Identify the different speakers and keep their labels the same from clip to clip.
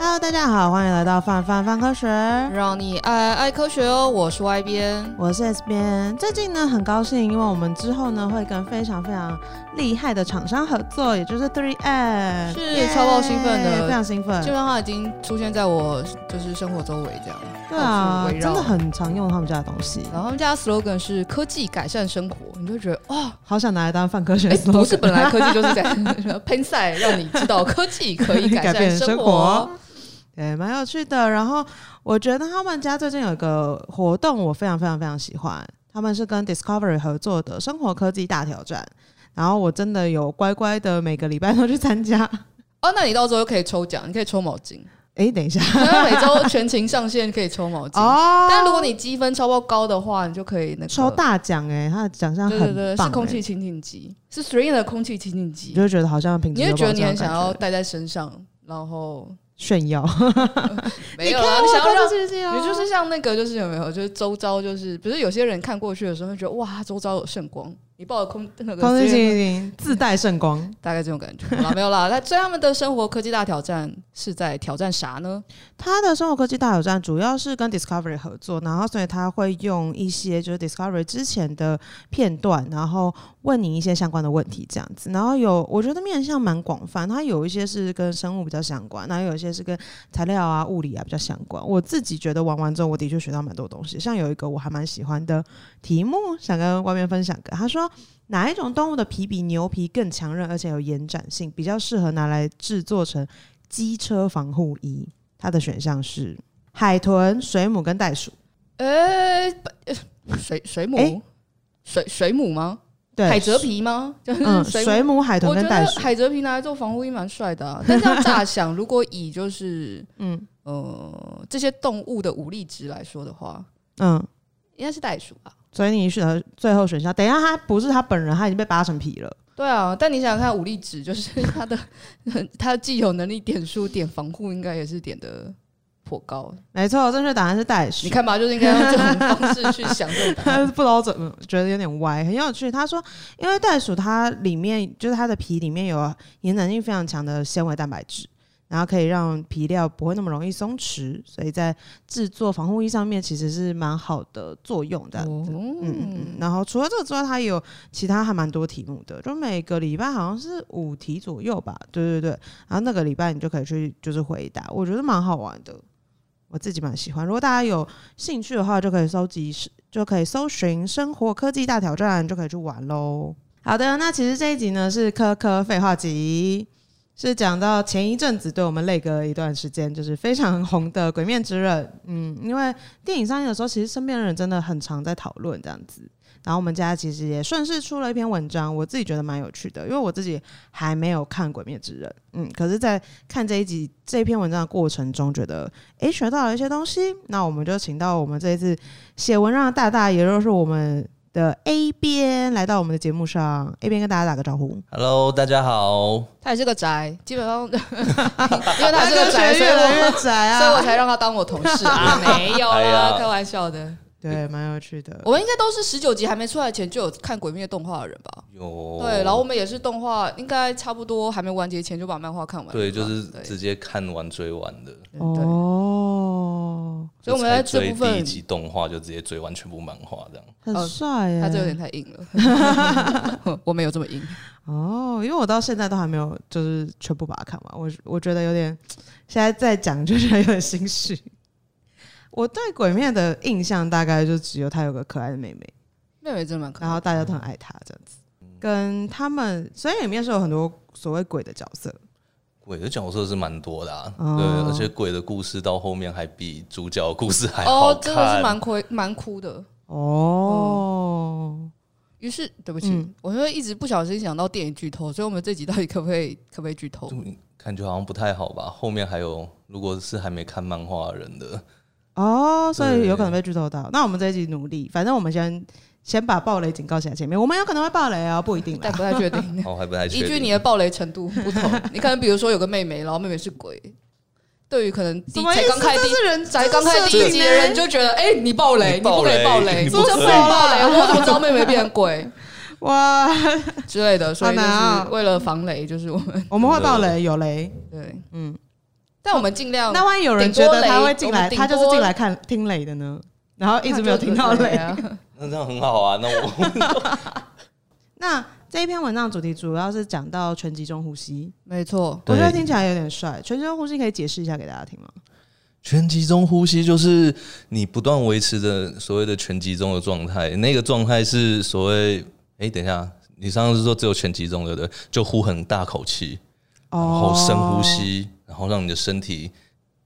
Speaker 1: Hello，大家好，欢迎来到范范范科学，
Speaker 2: 让你爱爱科学哦。我是 Y 边，
Speaker 1: 我是 S 边。最近呢，很高兴，因为我们之后呢会跟非常非常厉害的厂商合作，也就是 Three M，
Speaker 2: 是超爆兴奋的
Speaker 1: 非常兴奋
Speaker 2: 基。本上已经出现在我就是生活周围这样。
Speaker 1: 对啊
Speaker 2: 到处，围绕
Speaker 1: 真
Speaker 2: 哦
Speaker 1: 的很常用他们家的东西，
Speaker 2: 然后他们家的 slogan 是科技改善生活，你就会觉得哇，
Speaker 1: 好想拿来当范科学
Speaker 2: 哎、
Speaker 1: 的 slogan。
Speaker 2: 不是本来科技就 是在喷赛，让你知道科技可以改
Speaker 1: 变
Speaker 2: 善
Speaker 1: 生
Speaker 2: 生活。 哦
Speaker 1: 对，蛮有趣的。然后我觉得他们家最近有一个活动，我非常非常非常喜欢。他们是跟 Discovery 合作的生活科技大挑战，然后我真的有乖乖的每个礼拜都去参加。
Speaker 2: 哦，那你到时候可以抽奖，你可以抽毛巾，
Speaker 1: 哎，等一下
Speaker 2: 因为每周全勤上线可以抽毛巾。
Speaker 1: 哦
Speaker 2: 但如果你积分超爆高的话，你就可以那个
Speaker 1: 抽。大奖哎、他的奖项
Speaker 2: 对
Speaker 1: 很
Speaker 2: 对对，
Speaker 1: 棒、欸
Speaker 2: 是空气，清净机，是 Three 的空气清净
Speaker 1: 你
Speaker 2: 机。
Speaker 1: 就会觉得好像平
Speaker 2: 你
Speaker 1: 时
Speaker 2: 会觉得你很想要带在身上，然后
Speaker 1: 炫耀，
Speaker 2: 没 有
Speaker 1: 你
Speaker 2: 啦，
Speaker 1: 看啊
Speaker 2: 你
Speaker 1: 我
Speaker 2: 想要
Speaker 1: 空
Speaker 2: 让
Speaker 1: 气清新哦
Speaker 2: 你就是像那个，就是有没有，就是周遭就是，不是有些人看过去的时候会觉得哇，他周遭有圣光，你抱着空那个
Speaker 1: 空气
Speaker 2: 资源
Speaker 1: 清新自带圣光。
Speaker 2: 大概这种感觉好啦，没有啦。那所以他们的生活科技大挑战是在挑战啥 呢？
Speaker 1: 他的生活科技大挑战主要是跟 Discovery 合作，然后所以他会用一些就是 Discovery 之前的片段，然后问你一些相关的问题这样子。然后有我觉得面向蛮广泛，它有一些是跟生物比较相关，然后有一些是跟材料啊、物理啊比较相关。我自己觉得玩完之后，我的确学到蛮多东西。像有一个我还蛮喜欢的题目，想跟外面分享个，他说。哪一种动物的皮比牛皮更强韧，而且有延展性，比较适合拿来制作成机车防护衣？它的选项是海豚、水母跟袋鼠。
Speaker 2: 呃， 水水
Speaker 1: 诶
Speaker 2: 母，水水母吗？
Speaker 1: 对，
Speaker 2: 海蜇，皮吗？ 就是
Speaker 1: 嗯，
Speaker 2: 水
Speaker 1: 水母、海豚
Speaker 2: 我
Speaker 1: 跟
Speaker 2: 觉
Speaker 1: 袋
Speaker 2: 得
Speaker 1: 鼠。
Speaker 2: 海蜇皮拿来做防护衣蛮帅的、啊，但这样乍想，如果以 就是
Speaker 1: 嗯
Speaker 2: 呃这些动物的武力值来说的话，
Speaker 1: 嗯，
Speaker 2: 应该是袋鼠吧？
Speaker 1: 所以你选择最后选项，等一下他不是他本人，他已经被扒成皮了。
Speaker 2: 对啊，但你想想看，武力值就是 它的它的既有能力点数点防护应该也是点的颇高。
Speaker 1: 没错，正确答案是袋鼠
Speaker 2: 你。看吧，就是应该用这种方式 去想这种答案。嗯
Speaker 1: 不知道怎么觉得有点歪，很有趣。他说，因为袋鼠它里面就是它的皮里面有延展性非常强的纤维蛋白质，然后可以让皮料不会那么容易松弛，所以在制作防护衣上面其实是蛮好的作用这样子。嗯嗯嗯，然后除了这个之外，它也有其他还蛮多题目的，就每个礼拜好像是五题左右吧。对对对，然后那个礼拜你就可以去就是回答，我觉得蛮好玩的，我自己蛮喜欢。如果大家有兴趣的话，就可以收集是就可以搜寻“生活科技大挑战”，就可以去玩喽。好的，那其实这一集呢是科科废话集，是讲到前一阵子对我们累隔一段时间，就是非常红的《鬼面之刃》。嗯，因为电影上映的时候，其实身边的人真的很常在讨论这样子。然后我们家其实也顺势出了一篇文章，我自己觉得蛮有趣的，因为我自己还没有看《鬼灭之刃》，嗯，可是，在看这一集这篇文章的过程中，觉得诶学到了一些东西。那我们就请到我们这一次写文章的大大，也就是我们的 A 边，来到我们的节目上，A 边跟大家打个招呼。
Speaker 3: Hello，大家好。
Speaker 2: 他也是个宅，基本 上因为他是个宅，所以
Speaker 1: 越来
Speaker 2: 我
Speaker 1: 越宅啊，
Speaker 2: 所以我才让他当我同事啊， 没有
Speaker 3: 哎
Speaker 2: 啦，
Speaker 3: 呀
Speaker 2: 开玩笑的。
Speaker 1: 对，蛮有趣的。
Speaker 2: 我们应该都是十九集还没出来前就有看《鬼灭》动画的人吧？
Speaker 3: 有
Speaker 2: 对，然后我们也是动画，应该差不多还没完结前就把漫画看完了吧。
Speaker 3: 对，就是
Speaker 2: 对
Speaker 3: 直接看完追完的，
Speaker 2: 对对
Speaker 1: 哦，
Speaker 2: 所以我们在
Speaker 3: 就
Speaker 2: 这
Speaker 3: 才
Speaker 2: 部
Speaker 3: 追第一
Speaker 2: 分，
Speaker 3: 集动画就直接追完全部漫画这样。
Speaker 1: 很帅耶！
Speaker 2: 哦他这有点太硬 了，我没有这么硬。
Speaker 1: 哦，因为我到现在都还没有，就是全部把它看完。我我觉得有点，现在再讲就觉得有点心虚。 我对鬼灭的印象大概就只有她有个可爱的妹妹，
Speaker 2: 妹妹真的蛮可
Speaker 1: 然后
Speaker 2: 爱的，
Speaker 1: 大家都很爱她这样子。跟他们，所以里面是有很多所谓鬼的角色，
Speaker 3: 鬼的角色是蛮多的、啊，
Speaker 1: 哦
Speaker 3: 对，而且鬼的故事到后面还比主角的故事还哎好
Speaker 2: 哦，真
Speaker 3: 看，
Speaker 2: 的是蛮亏蛮哭的。
Speaker 1: 哦，
Speaker 2: 于是，对不起，
Speaker 1: 嗯
Speaker 2: 我就一直不小心想到电影剧透，所以我们这集到底可不可以可不可以剧透？
Speaker 3: 感觉好像不太好吧。后面还有，如果是还没看漫画的 人的，
Speaker 1: 哦，所以有可能被剧透到。那我们这一集努力，反正我们先先把暴雷警告写在前面。我们有可能会暴雷啊，不一定
Speaker 2: 但
Speaker 1: 啦。
Speaker 2: 不太确定。
Speaker 3: 哦，还不太确
Speaker 2: 依
Speaker 3: 定。
Speaker 2: 据你的暴雷程度 不同，你可能比如说有个妹妹，然后妹妹是鬼，对于可能第
Speaker 1: 什么意
Speaker 2: 才
Speaker 1: 思？
Speaker 2: 刚开
Speaker 1: 这
Speaker 2: 第
Speaker 1: 是人
Speaker 2: 才刚开第一集的人就觉得，哎、你暴雷，
Speaker 3: 你
Speaker 2: 你不
Speaker 3: 暴
Speaker 2: 可
Speaker 3: 雷
Speaker 2: 以暴雷，
Speaker 3: 你
Speaker 2: 你
Speaker 3: 不
Speaker 2: 这
Speaker 3: 可
Speaker 2: 不
Speaker 3: 以
Speaker 2: 能暴雷，我怎么知道妹妹变鬼
Speaker 1: 哇，
Speaker 2: 之类的？所以就
Speaker 1: 好难哦
Speaker 2: 是为了防雷，就是我们
Speaker 1: 我们会爆雷，有雷。
Speaker 2: 对，
Speaker 1: 嗯
Speaker 2: 嗯。但我们尽量
Speaker 1: 那万一有人觉
Speaker 2: 顶多
Speaker 1: 得他
Speaker 2: 雷
Speaker 1: 会进来，
Speaker 2: 我们顶
Speaker 1: 他就是
Speaker 2: 多
Speaker 1: 进来看听雷的呢，然后一直没有听到
Speaker 2: 对
Speaker 1: 雷。
Speaker 2: 啊。
Speaker 3: 那这样很好啊。那我
Speaker 1: 那这一篇文章的主题主要是讲到全集中呼吸，
Speaker 2: 没错，
Speaker 1: 我
Speaker 3: 对
Speaker 1: 觉得听起来有点帅。全集中呼吸可以解释一下给大家听吗？
Speaker 3: 全集中呼吸就是你不断维持着所谓的全集中的状态，那个状态是所谓……哎、等一下，你上次说只有全集中对不对？就呼很大口气，然后深 呼，吸，然后让你的身体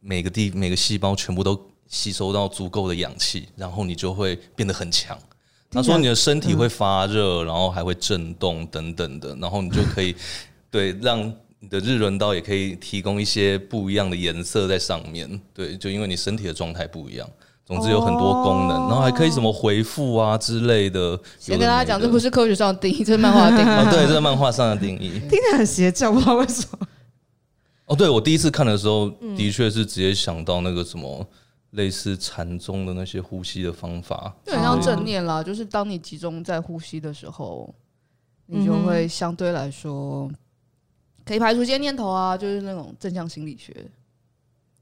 Speaker 3: 每个地每个细胞全部都吸收到足够的氧气，然后你就会变得很强。他说你的身体会发热，然后还会震动等等的，然后你就可以对让你的日轮刀也可以提供一些不一样的颜色在上面。对，就因为你身体的状态不一样。总之有很多功能，
Speaker 1: 哦
Speaker 3: 然后还可以什么回复啊之类的。
Speaker 2: 先跟大家讲，这不
Speaker 3: 是
Speaker 2: 是科学上的定义，这是漫画 的定义。
Speaker 3: 哦，对，这是漫画上的定义。
Speaker 1: 听起来很邪教，不知道为什么。
Speaker 3: 哦，对，我第一次看的时候，
Speaker 1: 嗯
Speaker 3: 的确是直接想到那个什么类似禅宗的那些呼吸的方法。
Speaker 2: 就很像正念啦，就是当你集中在呼吸的时候，你就会相对来说可以排除一些念头啊，就是那种正向心理学。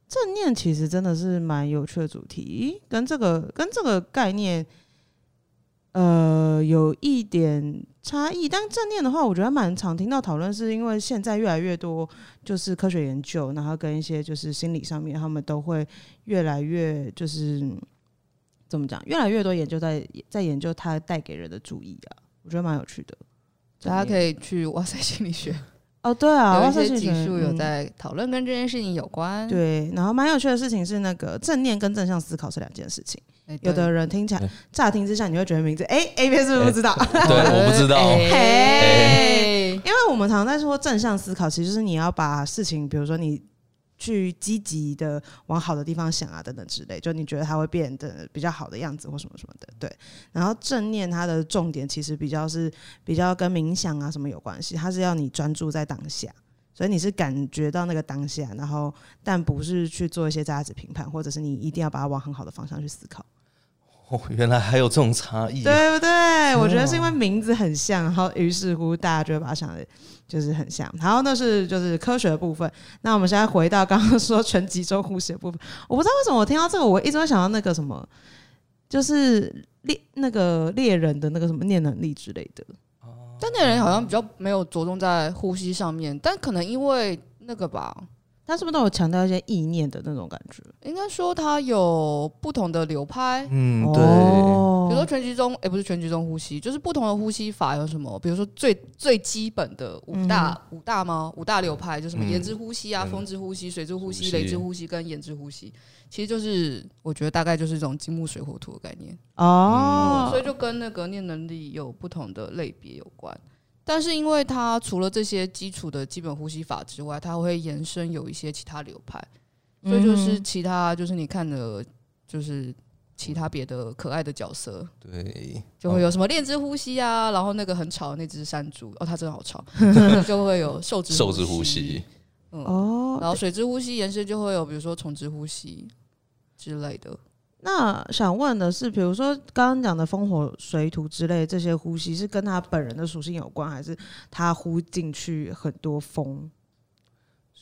Speaker 1: 正念其实真的是蛮有趣的主题，跟这个跟这个概念，呃，有一点差异。但正念的话，我觉得蛮常听到讨论，是因为现在越来越多就是科学研究，然后跟一些就是心理上面，他们都会越来越就是嗯怎么讲，越来越多研究在在研究它带给人的注意啊，我觉得蛮有趣的。
Speaker 2: 大家
Speaker 1: 以
Speaker 2: 可以去哇塞心理学，
Speaker 1: 哦，对啊，
Speaker 2: 有一
Speaker 1: 哇塞
Speaker 2: 些
Speaker 1: 谢谢
Speaker 2: 集数有
Speaker 1: 嗯
Speaker 2: 在讨论跟这件事情有关。
Speaker 1: 对，然后蛮有趣的事情是，那个正念跟正向思考是两件事情。
Speaker 2: 哎，对
Speaker 1: 有的人听起来
Speaker 3: 对
Speaker 1: 乍听之下，你会觉得名字，哎、a 片是不是不知道？
Speaker 3: 对，我不知道。
Speaker 2: 哎
Speaker 1: 因为我们常常在说正向思考，其实就是你要把事情，比如说你去积极的往好的地方想啊，等等之类，就你觉得它会变得比较好的样子或什么什么的，对。然后正念它的重点其实比较是比较跟冥想啊什么有关系，它是要你专注在当下。所以你是感觉到那个当下，然后但不是去做一些价值评判，或者是你一定要把它往很好的方向去思考。
Speaker 3: 哦，原来还有这种差异。
Speaker 1: 对不对？我觉得是因为名字很像，然后于是乎大家就会把它想的就是很像。然后那是就是科学的部分。那我们现在回到刚刚说全集中呼吸的部分，我不知道为什么我听到这个，我一直会想到那个什么，就是猎那个猎人的那个什么念能力之类的。
Speaker 2: 但那人好像比较没有着重在呼吸上面，但可能因为那个吧，
Speaker 1: 他是不是都有强调一些意念的那种感觉？
Speaker 2: 应该说他有不同的流派，
Speaker 3: 嗯，对。
Speaker 1: 哦
Speaker 2: 比如说全集中，哎、不是全集中呼吸，就是不同的呼吸法有什么？比如说最最基本的五大、
Speaker 1: 嗯
Speaker 2: 五大吗？五大流派就什么
Speaker 3: 嗯
Speaker 2: 岩之呼吸啊、
Speaker 3: 嗯
Speaker 2: 风之呼吸、水之呼
Speaker 3: 呼
Speaker 2: 吸、
Speaker 3: 吸
Speaker 2: 雷之呼吸跟岩之呼吸，其实就是我觉得大概就是这种金木水火土的概念，
Speaker 1: 哦
Speaker 2: 所，以就跟那个念能力有不同的类别有关。但是因为它除了这些基础的基本呼吸法之外，它会延伸有一些其他流派，所以就是
Speaker 1: 嗯
Speaker 2: 其他就是你看的，就是其他别的可爱的角色，
Speaker 3: 对，
Speaker 2: 就会
Speaker 3: 有
Speaker 2: 有什么恋之呼吸啊，然后那个很吵的那只山猪，哦，它真的好 吵，就会有兽之
Speaker 3: 受之呼吸，，
Speaker 2: 嗯，
Speaker 1: 哦。
Speaker 2: 然后水之呼吸延伸就会有，比如说虫之呼吸之类的。
Speaker 1: 那想问的是，比如说刚刚讲的风火水土之类这些呼吸，是跟他本人的属性有关，还是他呼进去很多风？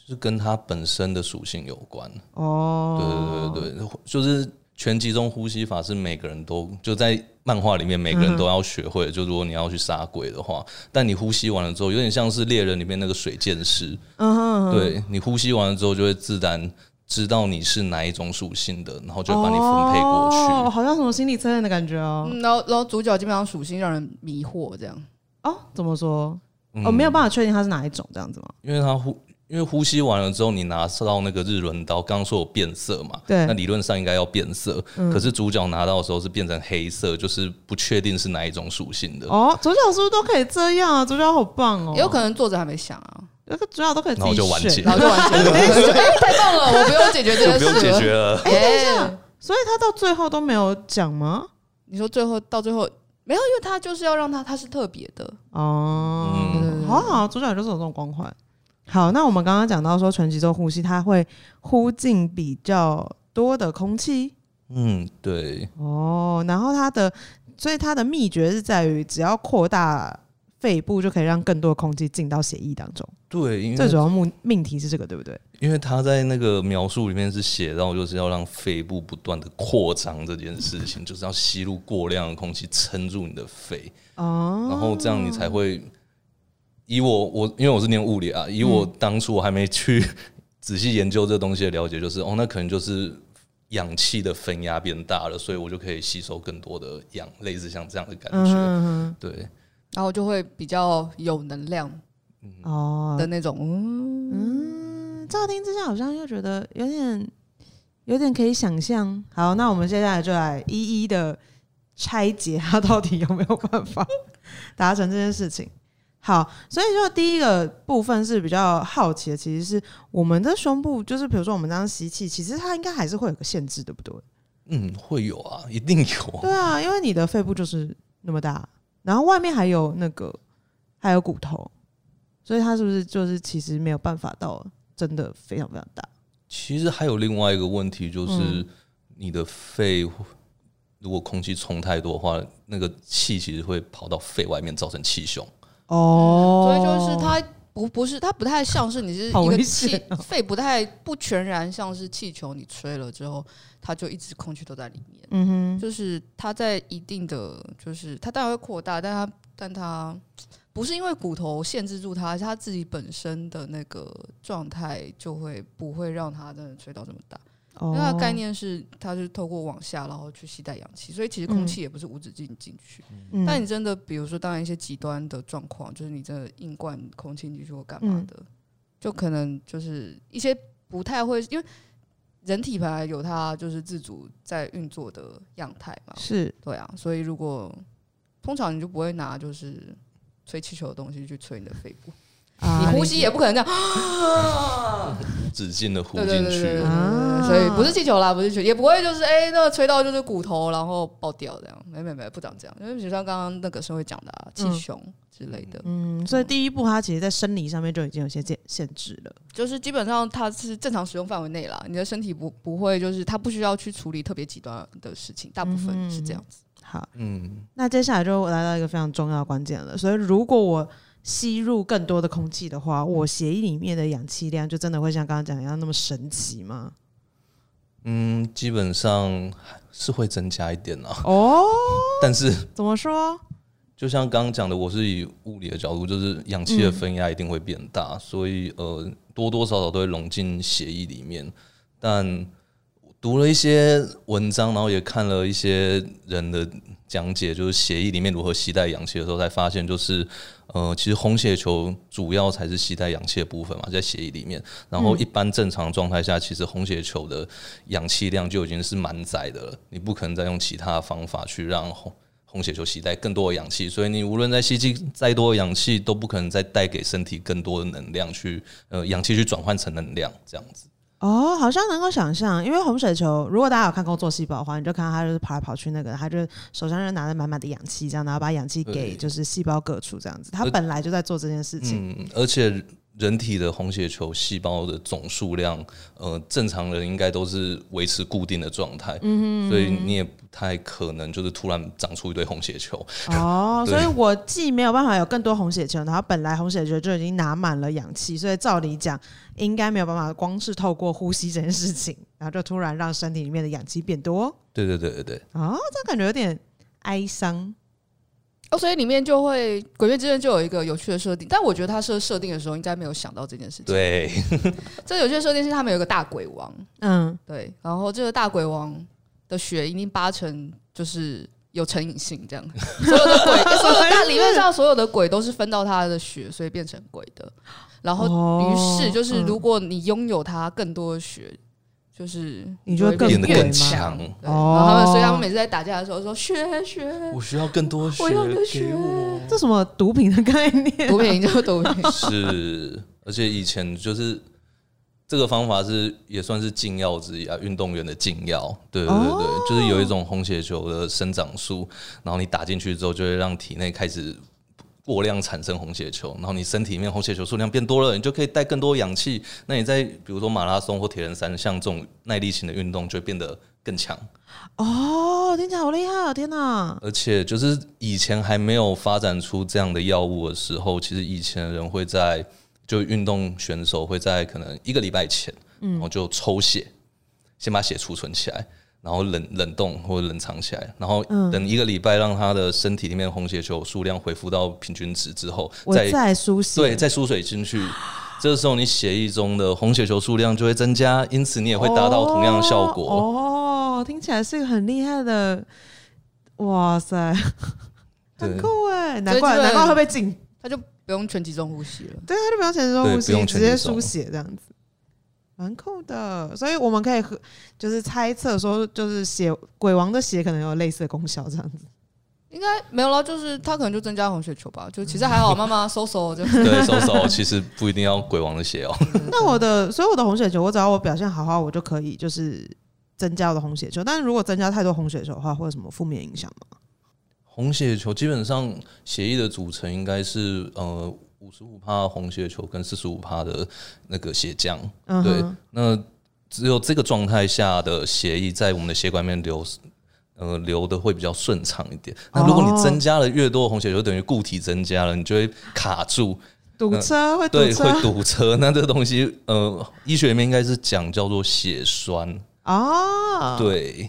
Speaker 3: 是跟它本身的属性有关。
Speaker 1: 哦，
Speaker 3: 对对对对，就是全集中呼吸法是每个人都就在漫画里面每个
Speaker 1: 嗯
Speaker 3: 人都要学会的。就如果你要去杀鬼的话，但你呼吸完了之后，有点像是猎人里面那个水剑士，
Speaker 1: 嗯哼嗯哼，
Speaker 3: 对你呼吸完了之后就会自然。知道你是哪一种属性的，然后就把你分配过去。
Speaker 1: 哦，好像什么心理测验的感觉哦。
Speaker 2: 嗯，然后然后主角基本上属性让人迷惑，这样
Speaker 1: 哦，怎么说？
Speaker 3: 嗯
Speaker 1: 哦，没有办法确定它是哪一种，这样子吗？
Speaker 3: 因为他呼，因为呼吸完了之后，你拿到那个日轮刀，刚刚说有变色嘛，
Speaker 1: 对嗯
Speaker 3: 那理论上应该要变色，可是主角拿到的时候是变成黑色，就是不确定是哪一种属性的。
Speaker 1: 哦，主角是不是都可以这样啊？主角好棒哦，
Speaker 2: 也有可能作者还没想啊，
Speaker 1: 那个主角都可以自
Speaker 3: 然后就
Speaker 1: 己
Speaker 3: 完结
Speaker 1: 选
Speaker 2: 然，后就 完结了，哎，太棒了，我不用解决这件
Speaker 3: 就不用解
Speaker 2: 事了。
Speaker 3: 决了。
Speaker 2: 哎，
Speaker 1: 所以他到最后都没有讲吗？
Speaker 2: 你说最后到最后没有，因为他就是要让他他是特别的，
Speaker 1: 哦，
Speaker 3: 嗯
Speaker 1: 好好，主角就是有这种光环。好，那我们刚刚讲到说全集中呼吸，它会呼进比较多的空气
Speaker 3: 嗯，对，
Speaker 1: 哦，然后它的，所以它的秘诀是在于只要扩大肺部就可以让更多空气进到血液当中。
Speaker 3: 对，因
Speaker 1: 最主
Speaker 3: 为
Speaker 1: 要目命题是这个，对不对？
Speaker 3: 因为他在那个描述里面是写到，就是要让肺部不断的扩张这件事情，就是要吸入过量的空气，撑住你的肺，
Speaker 1: 哦，
Speaker 3: 然后这样你才
Speaker 2: 哦
Speaker 3: 会。以我我因为我是念物理啊，
Speaker 2: 嗯
Speaker 3: 以我当初我还没去仔细研究这东西的了解，就是哦，那可能就是氧气的分压变大了，所以我就可以吸收更多的氧，类似像这样的感
Speaker 1: 嗯
Speaker 3: 觉。
Speaker 1: 哼
Speaker 3: 对，
Speaker 2: 然后就会比较有能量
Speaker 1: 哼哦
Speaker 2: 的，那种，嗯，
Speaker 1: 嗯，乍听之下好像又觉得有点有点可以想象。好，那我们接下来就来一一的拆解它到底有没有办 法达成这件事情。好，所以说第一个部分是比较好奇的，其实是我们的胸部，就是比如说我们这样吸气，其实它应该还是会有个限制，对不对？
Speaker 3: 嗯，会有啊，一定有。
Speaker 2: 嗯
Speaker 1: 对啊，因为你的肺部就是那么大，然后外面还有那个还有骨头，所以它是不是就是其实没有办法到真的非常非常大？
Speaker 3: 其实还有另外一个问题，就是
Speaker 1: 嗯
Speaker 3: 你的肺如果空气充太多的话，那个气其实会跑到肺外面，造成气胸。
Speaker 1: 哦
Speaker 2: 所以就是它不不是它不太像是你是一
Speaker 1: 好危
Speaker 2: 个
Speaker 1: 险哦
Speaker 2: 气肺不太不全然像是气球，你吹了之后它就一直空气都在里面，
Speaker 1: 嗯哼，
Speaker 2: 就是它在一定的就是它当然会扩大，但它但它不是因为骨头限制住它，是它自己本身的那个状态就会不会让它真的吹到这么大。因
Speaker 1: 哦
Speaker 2: 为它的概，念是它是透过往下然后去吸带氧气，所以其实空气也不是无止境进去。
Speaker 1: 嗯
Speaker 2: 但你真的，比如说，当然一些极端的状况，就是你真的硬灌空气进去或干
Speaker 1: 嗯
Speaker 2: 嘛的，就可能就是一些不太会，因为人体本来有它就是自主在运作的样态嘛，
Speaker 1: 是
Speaker 2: 对啊，所以如果通常你就不会拿就是吹气球的东西去吹你的肺部，
Speaker 1: 啊
Speaker 2: 你呼吸也不可能这样，
Speaker 3: 指劲的呼
Speaker 2: 对对
Speaker 3: 进
Speaker 2: 对对对对
Speaker 3: 去
Speaker 2: 对，
Speaker 1: 啊
Speaker 2: 所以不是气球啦，不是气球，也不会就是哎、那个吹到就是骨头然后爆掉这样，没没没，不长这样，因为就像刚刚那个社会讲的、啊、气
Speaker 1: 嗯
Speaker 2: 胸之类的。
Speaker 1: 嗯，所以第一步它其实在生理上面就已经有些限限制了。
Speaker 2: 就是基本上它是正常使用范围内啦，你的身体不不会就是它不需要去处理特别极端的事情，大部分是这样子。
Speaker 1: 好，
Speaker 3: 嗯，
Speaker 1: 那接下来就来到一个非常重要的关键了。所以如果我吸入更多的空气的话，我
Speaker 2: 嗯
Speaker 1: 血液里面的氧气量就真的会像刚刚讲一样那么神奇吗？
Speaker 3: 嗯，基本上是会增加一点啊。
Speaker 1: 哦，
Speaker 3: 但是
Speaker 1: 怎么说？
Speaker 3: 就像刚刚讲的，我是以物理的角度，就是氧气的分压一定会变大，所以呃，多多少少都会融进血液里面。但读了一些文章，然后也看了一些人的讲解，就是血液里面如何吸带氧气的时候，才发现就是呃，其实红血球主要才是吸带氧气的部分嘛，在血液里面。然后一般正常状态下，其实红血球的氧气量就已经是满载的了，你不可能再用其他的方法去让红红血球携带更多的氧气，所以你无论在吸气再多的氧气，都不可能再带给身体更多的能量去，呃，氧气去转换成能量这样子。
Speaker 1: 哦，好像能够想象，因为红血球，如果大家有看《工作细胞》的话，你就看到它就是跑来跑去那个，它就手上就拿着满满的氧气，这样，然后把氧气给
Speaker 3: 对
Speaker 1: 就是细胞各处这样子。它
Speaker 3: 呃
Speaker 1: 本来就在做这件事情。
Speaker 3: 嗯，而且人体的红血球细胞的总数量，呃，正常人应该都是维持固定的状态，嗯所以你也不太可能就是突然长出一堆红血球。
Speaker 1: 哦，所
Speaker 3: 对
Speaker 1: 以我既没有办法有更多红血球，然后本来红血球就已经拿满了氧气，所以照理讲应该没有办法光是透过呼吸这件事情，然后就突然让身体里面的氧气变多。
Speaker 3: 对对对对对，
Speaker 1: 哦，这样感觉有点哀伤。
Speaker 2: 哦，所以里面就会《鬼灭之刃》就有一个有趣的设定，但我觉得他设设定的时候应该没有想到这件事情。
Speaker 3: 对，
Speaker 2: 这有趣的设定是他们有一个大鬼王，
Speaker 1: 嗯，
Speaker 2: 对，然后这个大鬼王的血一定八成就是有成瘾性，这样所有的鬼，
Speaker 1: 嗯
Speaker 2: 所有的大理论上所有的鬼都是分到他的血，所以变成鬼的。然后于
Speaker 1: 哦
Speaker 2: 是就是，
Speaker 1: 嗯
Speaker 2: 如果你拥有他更多的血，就是
Speaker 1: 你就会
Speaker 2: 会
Speaker 3: 变得
Speaker 2: 越
Speaker 3: 更
Speaker 2: 强。
Speaker 3: 强。
Speaker 2: 对，然后他们所以他
Speaker 1: 哦
Speaker 2: 们每次在打架的时候说血血，
Speaker 3: 我需要更多血
Speaker 2: 我要的血
Speaker 3: 给我。
Speaker 1: 这什么毒品的概念？啊
Speaker 2: 毒品就毒品。
Speaker 3: 是，而且以前就是这个方法是也算是禁药之一啊，运动员的禁药。对对对对，就是有一种红血球的生长素，然后你打进去之后，就会让体内开始过量产生红血球，然后你身体里面红血球数量变多了，你就可以带更多氧气。那你在比如说马拉松或铁人三项这种耐力型的运动，就会变得更强，
Speaker 1: 哦，听起来好厉害哦！天哪，
Speaker 3: 而且就是以前还没有发展出这样的药物的时候，其实以前的人会在就运动选手会在可能一个礼拜前，
Speaker 1: 嗯
Speaker 3: 然后就抽血，先把血储存起来，然后冷冷冻或者冷藏起来，然后
Speaker 1: 嗯
Speaker 3: 等一个礼拜让他的身体里面的红血球数量恢复到平均值之后，
Speaker 1: 我
Speaker 3: 再
Speaker 1: 再苏醒，
Speaker 3: 对，再输水进去，这时候你血液中的红血球数量就会增加，因此你也会达到同样的效果。
Speaker 1: 哦。哦，听起来是个很厉害的，哇塞，
Speaker 3: 对
Speaker 1: 很酷哎！
Speaker 2: 所以
Speaker 1: 难
Speaker 2: 这
Speaker 1: 怪
Speaker 2: 个
Speaker 1: 难怪会被禁，
Speaker 2: 他就不用全集中呼吸了。
Speaker 1: 对，他就不用全身
Speaker 3: 对
Speaker 1: 呼
Speaker 3: 不用
Speaker 1: 吸，直
Speaker 3: 全
Speaker 1: 接
Speaker 3: 身
Speaker 1: 输
Speaker 3: 手
Speaker 1: 血这样子，蛮酷的。所以我们可以和就是猜测说，就是血鬼王的血可能有类似的功效这样子。
Speaker 2: 应该没有啦，就是他可能就增加红血球吧，就其实还好，慢慢收收就。
Speaker 3: 对，手手其实不一定要鬼王的血哦。
Speaker 1: 那我的所以我的红血球，我只要我表现好好，我就可以就是增加我的红血球。但是如果增加太多红血球的话，会有什么负面影响吗？
Speaker 3: 红血球基本上血液的组成应该是呃五十五帕红血球跟四十五帕的那个血浆。
Speaker 1: 嗯
Speaker 3: 对
Speaker 1: 哼，
Speaker 3: 那只有这个状态下的血液在我们的血管里面流。呃，流的会比较顺畅一点。那如果你
Speaker 1: 哦
Speaker 3: 增加了越多红血球，等于固体增加了，你就会卡住，
Speaker 1: 堵
Speaker 3: 嗯
Speaker 1: 车会堵
Speaker 3: 对，
Speaker 1: 车
Speaker 3: 会堵车。那这个东西，呃，医学里面应该是讲叫做血栓，
Speaker 1: 哦，，
Speaker 3: 对，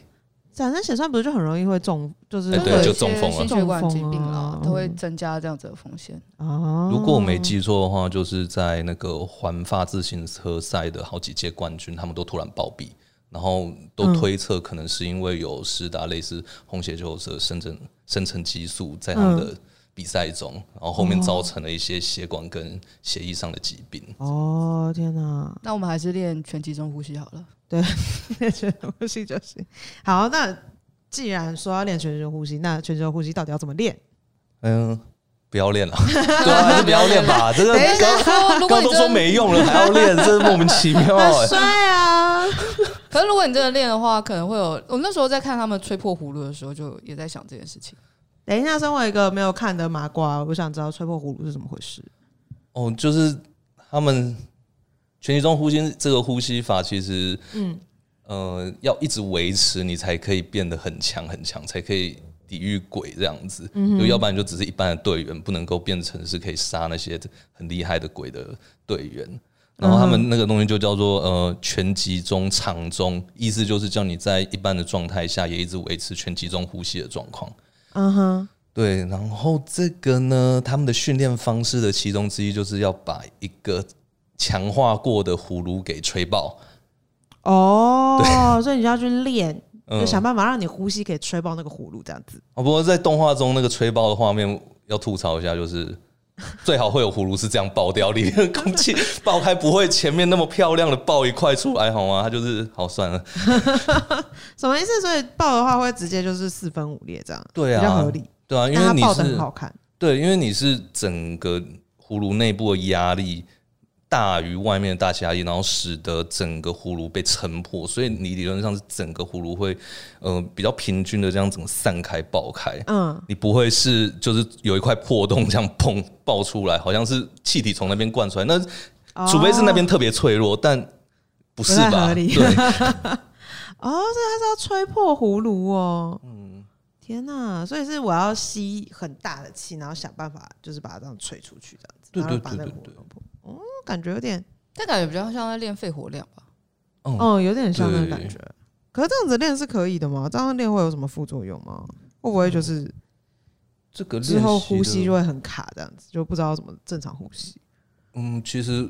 Speaker 1: 产生血栓不是就很容易会中，就是
Speaker 3: 哎 对
Speaker 2: 有一
Speaker 3: 就
Speaker 2: 些
Speaker 3: 中风了
Speaker 2: 心血管疾病
Speaker 1: 中风
Speaker 2: 啦
Speaker 1: 啊，
Speaker 2: 它会增加这样子的风险。
Speaker 1: 哦，
Speaker 3: 如果我没记错的话，就是在那个环法自行车赛的好几届冠军，他们都突然暴毙，然后
Speaker 2: 嗯
Speaker 3: 都推测可能是因为有施打类似红血球的生成生成激素在他们
Speaker 2: 嗯
Speaker 3: 的比赛中，然后后面
Speaker 2: 哦
Speaker 3: 造成了一些血管跟血液上的疾病。
Speaker 1: 哦，天哪，
Speaker 2: 那我们还是练全集中呼吸好了。
Speaker 1: 练全身呼吸就行。 好，那既然说要练全身呼吸，那全身呼吸到底要怎么练？
Speaker 3: 嗯，不要练了， 对啊，还是不要练吧。这个
Speaker 1: 等一下
Speaker 3: 刚
Speaker 2: 说，如果
Speaker 3: 嗯刚
Speaker 2: 你
Speaker 3: 都说
Speaker 2: 真的，
Speaker 3: 没用了，还要练，真是莫名 其妙、
Speaker 1: 很
Speaker 3: 欸。
Speaker 1: 帅啊！
Speaker 2: 可是如果你真的练的话，可能会有。我那时候在看他们吹破葫芦的时候，就也在想这件事情。
Speaker 1: 等一下，身为一个没有看的麻瓜，我想知道吹破葫芦是怎么回事。
Speaker 3: 哦，就是他们全集中呼吸这个呼吸法，其实
Speaker 1: 嗯，
Speaker 3: 呃，要一直维持，你才可以变得很强很强，才可以抵御鬼这样子。就要不然你就只是一般的队员，不能够变成是可以杀那些很厉害的鬼的队员。然后他们那个东西就叫做呃全集中场中，意思就是叫你在一般的状态下也一直维持全集中呼吸的状况。
Speaker 1: 嗯哼，
Speaker 3: 对，然后这个呢，他们的训练方式的其中之一就是要把一个强化过的葫芦给吹爆。
Speaker 1: 哦，所以你就要去练，
Speaker 3: 嗯
Speaker 1: 就想办法让你呼吸可以吹爆那个葫芦，这样子。
Speaker 3: 哦，不过在动画中那个吹爆的画面，要吐槽一下，就是最好会有葫芦是这样爆掉，里面的空气爆开不会前面那么漂亮的爆一块出来，好吗？它就是好算了，
Speaker 1: 什么意思？所以爆的话会直接就是四分五裂这样，
Speaker 3: 对啊
Speaker 1: 比较合理。
Speaker 3: 对啊，因
Speaker 1: 但
Speaker 3: 为
Speaker 1: 它
Speaker 3: 你
Speaker 1: 爆的很
Speaker 3: 是
Speaker 1: 好看，
Speaker 3: 对，因为你是整个葫芦内部的压力大于外面的大气压力，然后使得整个葫芦被撑破，所以你理论上是整个葫芦会呃比较平均的这样整个散开爆开，
Speaker 1: 嗯，
Speaker 3: 你不会是就是有一块破洞这样砰爆出来，好像是气体从那边灌出来。那
Speaker 1: 哦
Speaker 3: 除非是那边特别脆弱，但不是
Speaker 1: 不太合
Speaker 3: 吧？
Speaker 1: 理
Speaker 3: 对，
Speaker 1: 哦，所以它是要吹破葫芦哦。嗯，天哪！所以是我要吸很大的气，然后想办法就是把它这样吹出去，这样子，
Speaker 3: 对
Speaker 1: 然后
Speaker 3: 对
Speaker 1: 把
Speaker 3: 对
Speaker 1: 那个
Speaker 3: 对
Speaker 1: 葫芦弄破。哦，感觉有点，
Speaker 2: 但感觉比较像在练肺活量吧。
Speaker 3: 嗯，
Speaker 1: 哦，有点像那个感
Speaker 3: 对
Speaker 1: 觉。可是这样子练是可以的吗？这样练会有什么副作用吗？会不会就是
Speaker 3: 嗯这个
Speaker 1: 之后呼吸就
Speaker 3: 会
Speaker 1: 会很卡，这样子就不知道怎么正常呼吸？
Speaker 3: 嗯，其实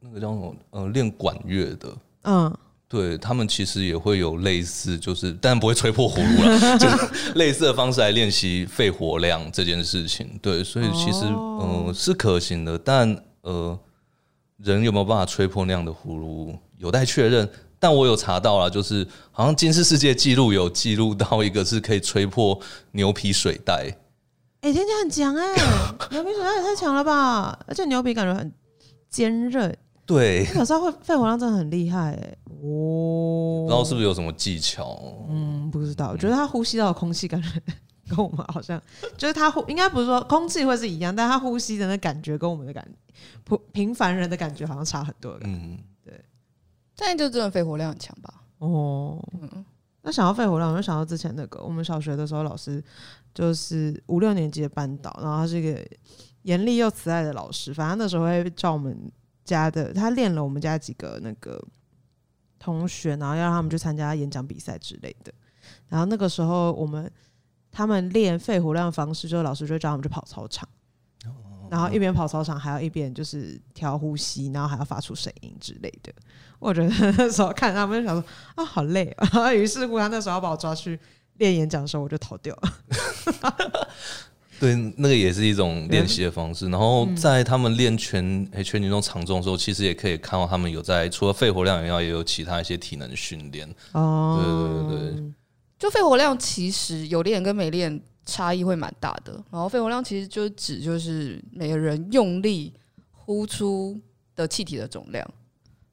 Speaker 3: 那个叫什么呃，练管乐的。
Speaker 1: 嗯，
Speaker 3: 对他们其实也会有类似，就是当然不会吹破葫芦了， 就是类似的方式来练习肺活量这件事情。对，所以其实、
Speaker 1: 哦
Speaker 3: 呃是可行的，但呃人有没有办法吹破那样的葫芦有待确认。但我有查到了，就是好像金氏世界纪录有记录到一个是可以吹破牛皮水袋，
Speaker 1: 哎、听起来很强哎、牛皮手袋也太强了吧！而且牛皮感觉很尖锐，
Speaker 3: 对，
Speaker 1: 表示它会肺活量真的很厉害哎、哦
Speaker 3: 不知道是不是有什么技巧。哦
Speaker 1: 嗯，不知道，我觉得他呼吸到的空气感觉 跟我们好像，就是他呼应该不是说空气会是一样，但他呼吸的那感觉跟我们的感普平凡人的感觉好像差很多的感觉。
Speaker 3: 嗯，
Speaker 2: 但就真的肺活量很强吧？
Speaker 1: 哦，那想到肺活量，我就想到之前那个我们小学的时候，老师就是五六年级的班导，然后他是一个严厉又慈爱的老师，反正那时候会叫我们家的，他练了我们家几个那个同学，然后要让他们去参加演讲比赛之类的。然后那个时候我们他们练肺活量的方式，就是老师就叫他们去跑操场。然后一边跑操场，还要一边就是调呼吸，然后还要发出声音之类的。我觉得那时候看他们就想说啊，好累、哦。 然后于是乎，他那时候要把我抓去练演讲的时候，我就逃掉了。
Speaker 3: 对，那个也是一种练习的方式。然后在他们练全诶全运动长重的时候，其实也可以看到他们有在除了肺活量以外，也有其他一些体能训练。
Speaker 1: 哦，
Speaker 3: 对对对
Speaker 2: 就肺活量其实有练跟没练差异会蛮大的。然后肺活量其实就是指就是每个人用力呼出的气体的总量。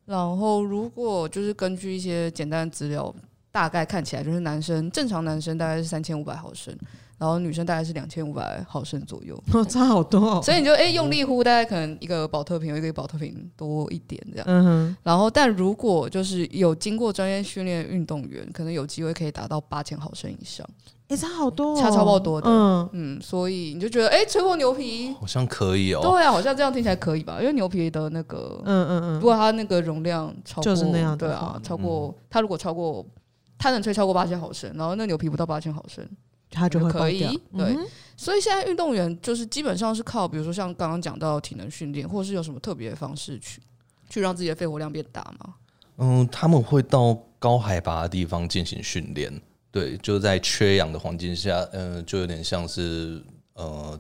Speaker 2: 然后如果就是根据一些简单的资料，大概看起来就是男生正常男生大概是三千五百毫升，然后女生大概是两千五百毫升左右。
Speaker 1: 哦，差好多、哦。
Speaker 2: 所以你就哎、诶用力呼，大概可能一个保特瓶，一个保特瓶多一点这样。
Speaker 1: 嗯哼，
Speaker 2: 然后，但如果就是有经过专业训练的运动员，可能有机会可以达到八千毫升以上。
Speaker 1: 也、差好多、哦，
Speaker 2: 差超爆多的
Speaker 1: 嗯，
Speaker 2: 嗯，所以你就觉得，哎、吹破牛皮，
Speaker 3: 好像可以哦。
Speaker 2: 对啊，好像这样听起来可以吧？因为牛皮的那个，
Speaker 1: 嗯嗯
Speaker 2: 如果它那个容量超
Speaker 1: 就
Speaker 2: 过，
Speaker 1: 是那样的
Speaker 2: 对啊
Speaker 1: 话，嗯
Speaker 2: 超过它如果超过，它能吹超过八千毫升，然后那牛皮不到八千毫升，
Speaker 1: 他就会
Speaker 2: 可
Speaker 1: 爆
Speaker 2: 以
Speaker 1: 掉。
Speaker 2: 对
Speaker 1: 嗯哼
Speaker 2: 所以现在运动员就是基本上是靠，比如说像刚刚讲到体能训练，或者是有什么特别的方式去去让自己的肺活量变大嘛？
Speaker 3: 嗯，他们会到高海拔的地方进行训练，对，就在缺氧的环境下，呃，就有点像是呃，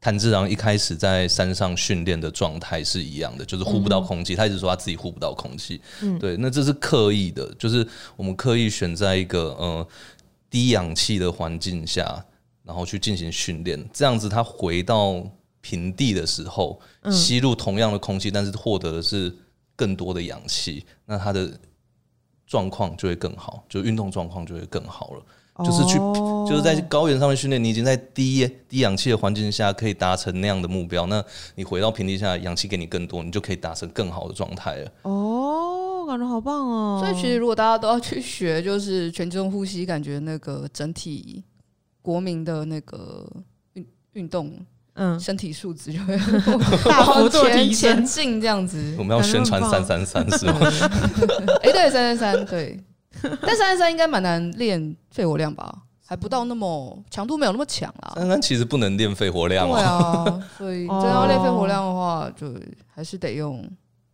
Speaker 3: 谭志昂一开始在山上训练的状态是一样的，就是呼不到空气，他一直说他自己呼不到空气，对，那这是刻意的，就是我们刻意选在一个呃低氧气的环境下，然后去进行训练，这样子他回到平地的时候，
Speaker 1: 嗯
Speaker 3: 吸入同样的空气，但是获得的是更多的氧气，那他的状况就会更好，就运动状况就会更好了。就是去
Speaker 1: 哦
Speaker 3: 就是在高原上面训练，你已经在低低氧气的环境下可以达成那样的目标，那你回到平地下，氧气给你更多，你就可以达成更好的状态了。
Speaker 1: 哦，感觉好棒哦。
Speaker 2: 所以其实如果大家都要去学，就是全自动呼吸，感觉那个整体国民的那个运运动
Speaker 1: 嗯，
Speaker 2: 身体素质就 会
Speaker 1: 大幅度
Speaker 2: 往前
Speaker 1: 提
Speaker 2: 前
Speaker 1: 升。嗯
Speaker 2: 进这样子
Speaker 3: 我。们要宣传
Speaker 1: 感觉
Speaker 3: 三
Speaker 1: 很
Speaker 3: 三三是吗？
Speaker 2: 哎、对，三三三，对，但三三三应该蛮难练肺活量吧？还不到那么强度，没有那么强啦。
Speaker 3: 三三其实不能练肺活量
Speaker 2: 对
Speaker 3: 哦，
Speaker 2: 啊，所以真的要练肺活量的话，就还是得用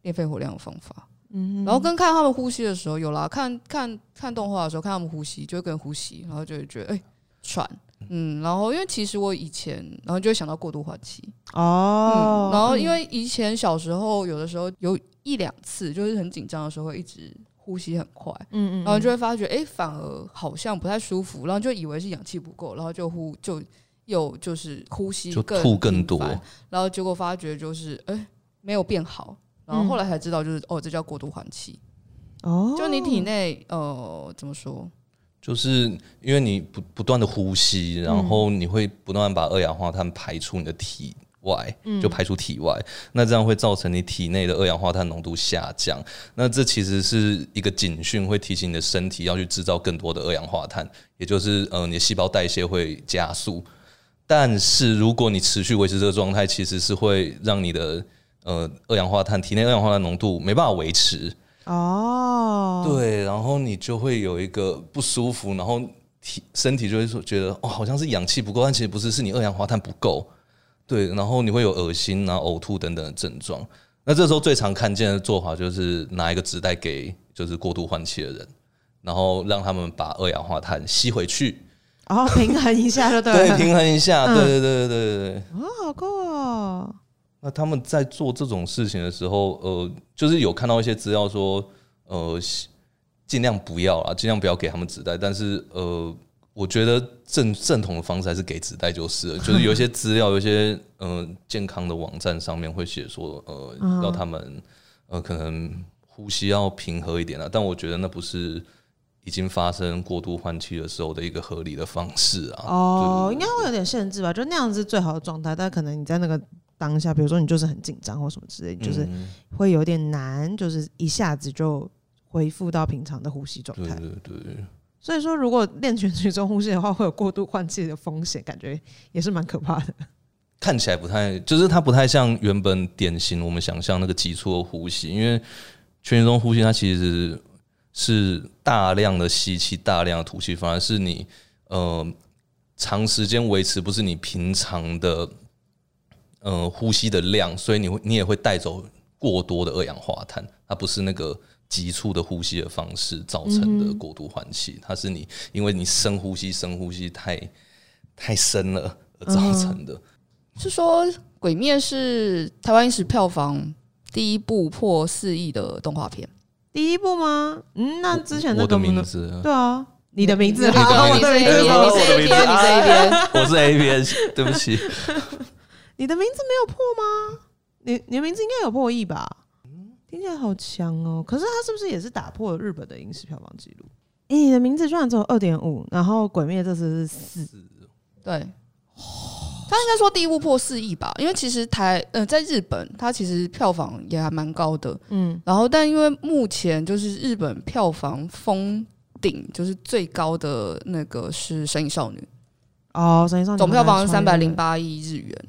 Speaker 2: 练肺活量的方法。
Speaker 1: 嗯哼，
Speaker 2: 然后跟看他们呼吸的时候，有啦，看看看动画的时候，看他们呼吸，就会跟呼吸，然后就会觉得哎、喘，嗯，然后因为其实我以前，然后就会想到过度换气，
Speaker 1: 哦
Speaker 2: 嗯，，然后因为以前小时候有的时候有一两次，就是很紧张的时候会一直呼吸很快，
Speaker 1: 嗯嗯，
Speaker 2: 然后就会发觉哎、反而好像不太舒服，然后就以为是氧气不够，然后就呼就又就是呼吸
Speaker 3: 就
Speaker 2: 更
Speaker 3: 吐更
Speaker 2: 频
Speaker 3: 多。
Speaker 2: 繁然后结果发觉就是哎、没有变好，然
Speaker 3: 嗯
Speaker 2: 后后来才知道就是、哦这叫过度换气。
Speaker 1: 哦，
Speaker 2: 就你体内呃怎么说？
Speaker 3: 就是因为你不不断的呼吸，然后你会不断地把二氧化碳排出你的体外，就排出体外，那这样会造成你体内的二氧化碳浓度下降。那这其实是一个警讯，会提醒你的身体要去制造更多的二氧化碳，也就是呃你的细胞代谢会加速。但是如果你持续维持这个状态，其实是会让你的呃二氧化碳体内二氧化碳浓度没办法维持，
Speaker 1: 哦，
Speaker 3: 对，然后你就会有一个不舒服，然后体身体就会说觉得哦，好像是氧气不够，但其实不是，是你二氧化碳不够。对，然后你会有恶心啊、呕吐等等的症状。那这时候最常看见的做法就是拿一个纸袋给就是过度换气的人，然后让他们把二氧化碳吸回去，
Speaker 1: 然后哦平衡一下就对
Speaker 3: 对，
Speaker 1: 了。
Speaker 3: 平衡一下。
Speaker 1: 嗯
Speaker 3: 对对对对对对对。
Speaker 1: 哦，好酷哦！
Speaker 3: 那他们在做这种事情的时候，呃，就是有看到一些资料说，呃，尽量不要啊，尽量不要给他们纸袋。但是，呃，我觉得正正统的方式还是给纸袋 就是了。就是有一些资料，有一些呃健康的网站上面会写说，呃，
Speaker 1: 嗯
Speaker 3: 让他们呃可能呼吸要平和一点啊。但我觉得那不是已经发生过度换气的时候的一个合理的方式啊。
Speaker 1: 哦，
Speaker 3: 对
Speaker 1: 应该会有点限制吧？就那样是最好的状态，但可能你在那个当下，比如说你就是很紧张或什么之类，就是
Speaker 3: 嗯
Speaker 1: 会有点难，就是一下子就恢复到平常的呼吸状
Speaker 3: 对
Speaker 1: 态。
Speaker 3: 对对。
Speaker 1: 所以说，如果练全集中呼吸的话，会有过度换气的风险，感觉也是蛮可怕的。
Speaker 3: 看起来不太，就是它不太像原本典型我们想象那个急促的呼吸，因为全集中呼吸它其实是大量的吸气、大量的吐气，反而是你呃长时间维持不是你平常的呃呼吸的量，所以你会你也会带走过多的二氧化碳，它不是那个。急促的呼吸的方式造成的过度换气，它是你因为你深呼吸、深呼吸太太深了而造成的。
Speaker 2: 是说《鬼灭》是台湾影史票房第一部破四亿的动画片，
Speaker 1: 第一部吗？嗯，那之前那
Speaker 3: 我
Speaker 1: 个
Speaker 3: 的
Speaker 1: 不能
Speaker 3: 名字，呃
Speaker 1: 对啊，你的名字
Speaker 2: 你
Speaker 1: 啊，
Speaker 2: 这
Speaker 1: 我
Speaker 2: 一
Speaker 1: 的
Speaker 2: 边，
Speaker 1: 名
Speaker 2: 你
Speaker 1: 字
Speaker 2: 这一
Speaker 1: 吗，
Speaker 3: 哎
Speaker 2: 边，
Speaker 3: 我的名
Speaker 2: 你
Speaker 3: 字
Speaker 2: 这一边。
Speaker 3: 我是 A 边，对 不起，
Speaker 1: 你的名字没有破吗？你你的名字应该有破亿吧？听起来好强哦！可是它是不是也是打破了日本的影视票房记录？诶你的名字居然只有二点五，然后《鬼灭》这次是四，
Speaker 2: 对，他应该说第一部破四亿吧，因为其实台呃在日本，它其实票房也还蛮高的，嗯，然后但因为目前就是日本票房封顶，就是最高的那个是《神隐少女
Speaker 1: 哦，神医上》，
Speaker 2: 总票房三百零。八亿日元。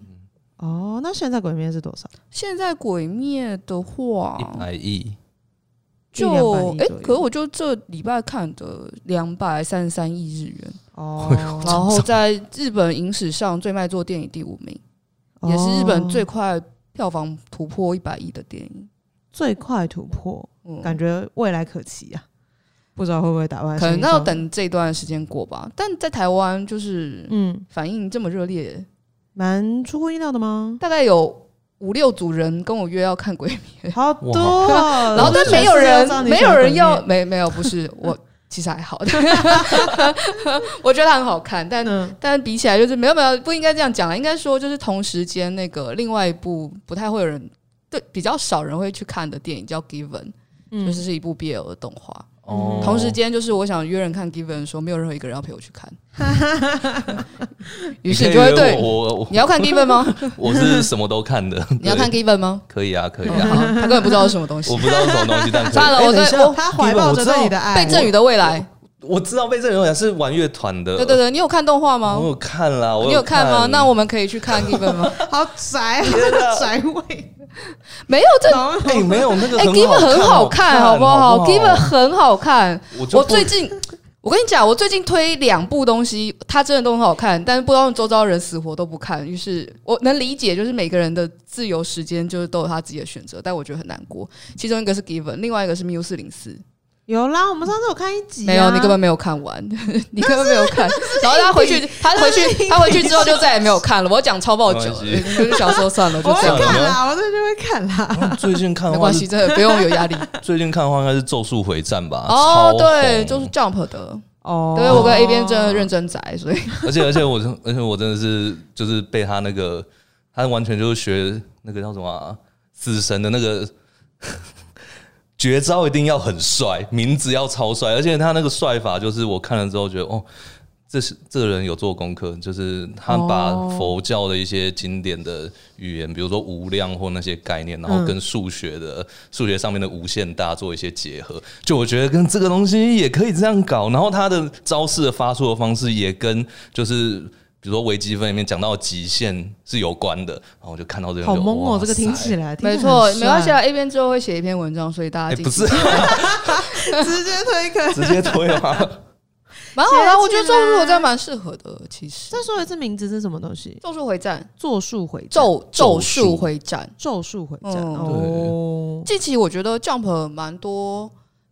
Speaker 1: 哦，那现在《鬼灭》是多少？
Speaker 2: 现在《鬼灭》的
Speaker 1: 哦
Speaker 2: 话，
Speaker 3: 一百亿，
Speaker 2: 就
Speaker 1: 100亿
Speaker 2: 哎、
Speaker 1: 左右
Speaker 2: 可我就这礼拜看的两百三十三亿日元，
Speaker 1: 哦，
Speaker 2: 然后在日本影史上最卖座电影第五名。 也是日本最
Speaker 1: 哦
Speaker 2: 快票房突破一百亿的电影。
Speaker 1: 最快突破，
Speaker 2: 嗯，
Speaker 1: 感觉未来可期啊！不知道会不会打败？
Speaker 2: 可能要。等这段时间过吧。但在台湾就是
Speaker 1: 嗯，
Speaker 2: 反应这么热烈，
Speaker 1: 蛮出乎意料的 吗？
Speaker 2: 大概有五六组人跟我约要看鬼片，
Speaker 1: 好多哦，
Speaker 2: 然后但
Speaker 1: 全
Speaker 2: 没有
Speaker 1: 世界
Speaker 2: 人
Speaker 1: 都知道你
Speaker 2: 没
Speaker 1: 喜欢
Speaker 2: 有
Speaker 1: 鬼
Speaker 2: 人
Speaker 1: 灭
Speaker 2: 要，没没有不 是我。其实还好， 我觉得它很好看，但
Speaker 1: 嗯
Speaker 2: 但比起来就是没有没有不应该这样讲了，应该说就是同时间那个另外一部不太会有人对比较少人会去看的电影叫《Given》，
Speaker 1: 嗯
Speaker 2: 就是是一部 BL 的动画，
Speaker 3: 哦
Speaker 2: 同时间就是我想约人看 Given，说没有任何一个人要陪我去 看，于是你就会
Speaker 3: 你可以约
Speaker 2: 对
Speaker 3: 我我我
Speaker 2: 你要看 Given 吗？
Speaker 3: 我是什么都看的，
Speaker 2: 你要看
Speaker 3: 对
Speaker 2: Given 吗？
Speaker 3: 可以啊，可以
Speaker 2: 哦
Speaker 3: 啊，
Speaker 2: 好他根本不知道是什么东西
Speaker 3: 我。不知道是什么东西，但 可
Speaker 2: 算
Speaker 3: 以。
Speaker 2: 了，
Speaker 1: 哎
Speaker 2: 我
Speaker 1: 等一
Speaker 2: 对
Speaker 1: 下
Speaker 2: 哦我
Speaker 1: 他怀抱着对你的爱，
Speaker 2: 被振宇的未来，
Speaker 3: 我知道被这种人是玩乐团的，
Speaker 2: 对对对，你有看动画吗
Speaker 3: 我？有看啦，我
Speaker 2: 你有看吗？那
Speaker 3: 我
Speaker 2: 我们可以去看 Given 吗？
Speaker 1: 好宅 啊， 宅味。
Speaker 2: 没有这。
Speaker 1: 然后
Speaker 3: 哎没 有那个
Speaker 2: 哎
Speaker 3: 很
Speaker 2: ，Given 很好看，好
Speaker 3: 好
Speaker 2: 不好？Given 很好看，
Speaker 3: 我就
Speaker 2: 我
Speaker 3: 不
Speaker 2: 最近，我跟你讲，我最近推两部东西，它真的都很好看，但是不知道周遭人死活都不看。于是我能理解，就是每个人的自由时间就是都有他自己的选择，但我觉得很难过。其中一个是 Given，另外一个是 Miu 四零四，
Speaker 1: 有啦，我们上次有看一集啊，
Speaker 2: 没有，你根本没有看 完，你根本没有看。然后他回去，他回
Speaker 1: 那是
Speaker 2: 去，
Speaker 1: 硬
Speaker 2: 他回去之后就再也没有看了。我讲超爆久了，
Speaker 3: 没关
Speaker 2: 就是想说算了，就
Speaker 1: 我
Speaker 2: 这
Speaker 1: 会
Speaker 2: 样。
Speaker 1: 看啦，我这就会看啦。
Speaker 3: 啊最近看
Speaker 2: 没
Speaker 3: 的话
Speaker 2: 关
Speaker 3: 是
Speaker 2: 系，真的不用有 压力。
Speaker 3: 最近看的话应该是《咒术回战》吧？
Speaker 2: 哦
Speaker 3: 超，
Speaker 2: 对，
Speaker 3: 红
Speaker 2: 就是 Jump 的，
Speaker 1: 哦
Speaker 2: 对我跟 A 边真的认真宅，所以
Speaker 3: 而且而且我真，而且我真的是就是被他那个，他完全就是学那个叫什么啊、死神的那个绝招，一定要很帅，名字要超帅，而且他那个帅法就是我看了之后觉得哦。这是这个人有做功课，就是他把
Speaker 1: 哦
Speaker 3: 佛教的一些经典的语言，比如说无量或那些概念，然后跟数学的数学上面的无限大做一些结合。就我觉得跟这个东西也可以这样搞，然后他的招式的发出的方式也跟就是比如说微积分里面讲到极限是有关的。然后我就看到这个，
Speaker 1: 好懵哦，
Speaker 3: 哇
Speaker 1: 这个听
Speaker 3: 塞
Speaker 1: 起来
Speaker 2: 没错，没关系啊。
Speaker 1: 啊，
Speaker 2: A 边之后会写一篇文章，所以大
Speaker 3: 哎、
Speaker 2: 家、记
Speaker 3: 不是
Speaker 1: 直接推 坑。
Speaker 3: 直接推 吗？
Speaker 2: 蛮好的啊。我觉得
Speaker 1: 写起
Speaker 2: 咒
Speaker 1: 来
Speaker 2: 术回战蛮适合的，其实
Speaker 1: 再说一次名字是什么东西？
Speaker 2: 咒术回战、
Speaker 1: 咒术回战，
Speaker 2: 咒咒
Speaker 3: 咒术
Speaker 2: 术回战，
Speaker 1: 咒术回战
Speaker 2: 嗯
Speaker 1: 哦。
Speaker 2: 这期我觉得 Jump 蛮多，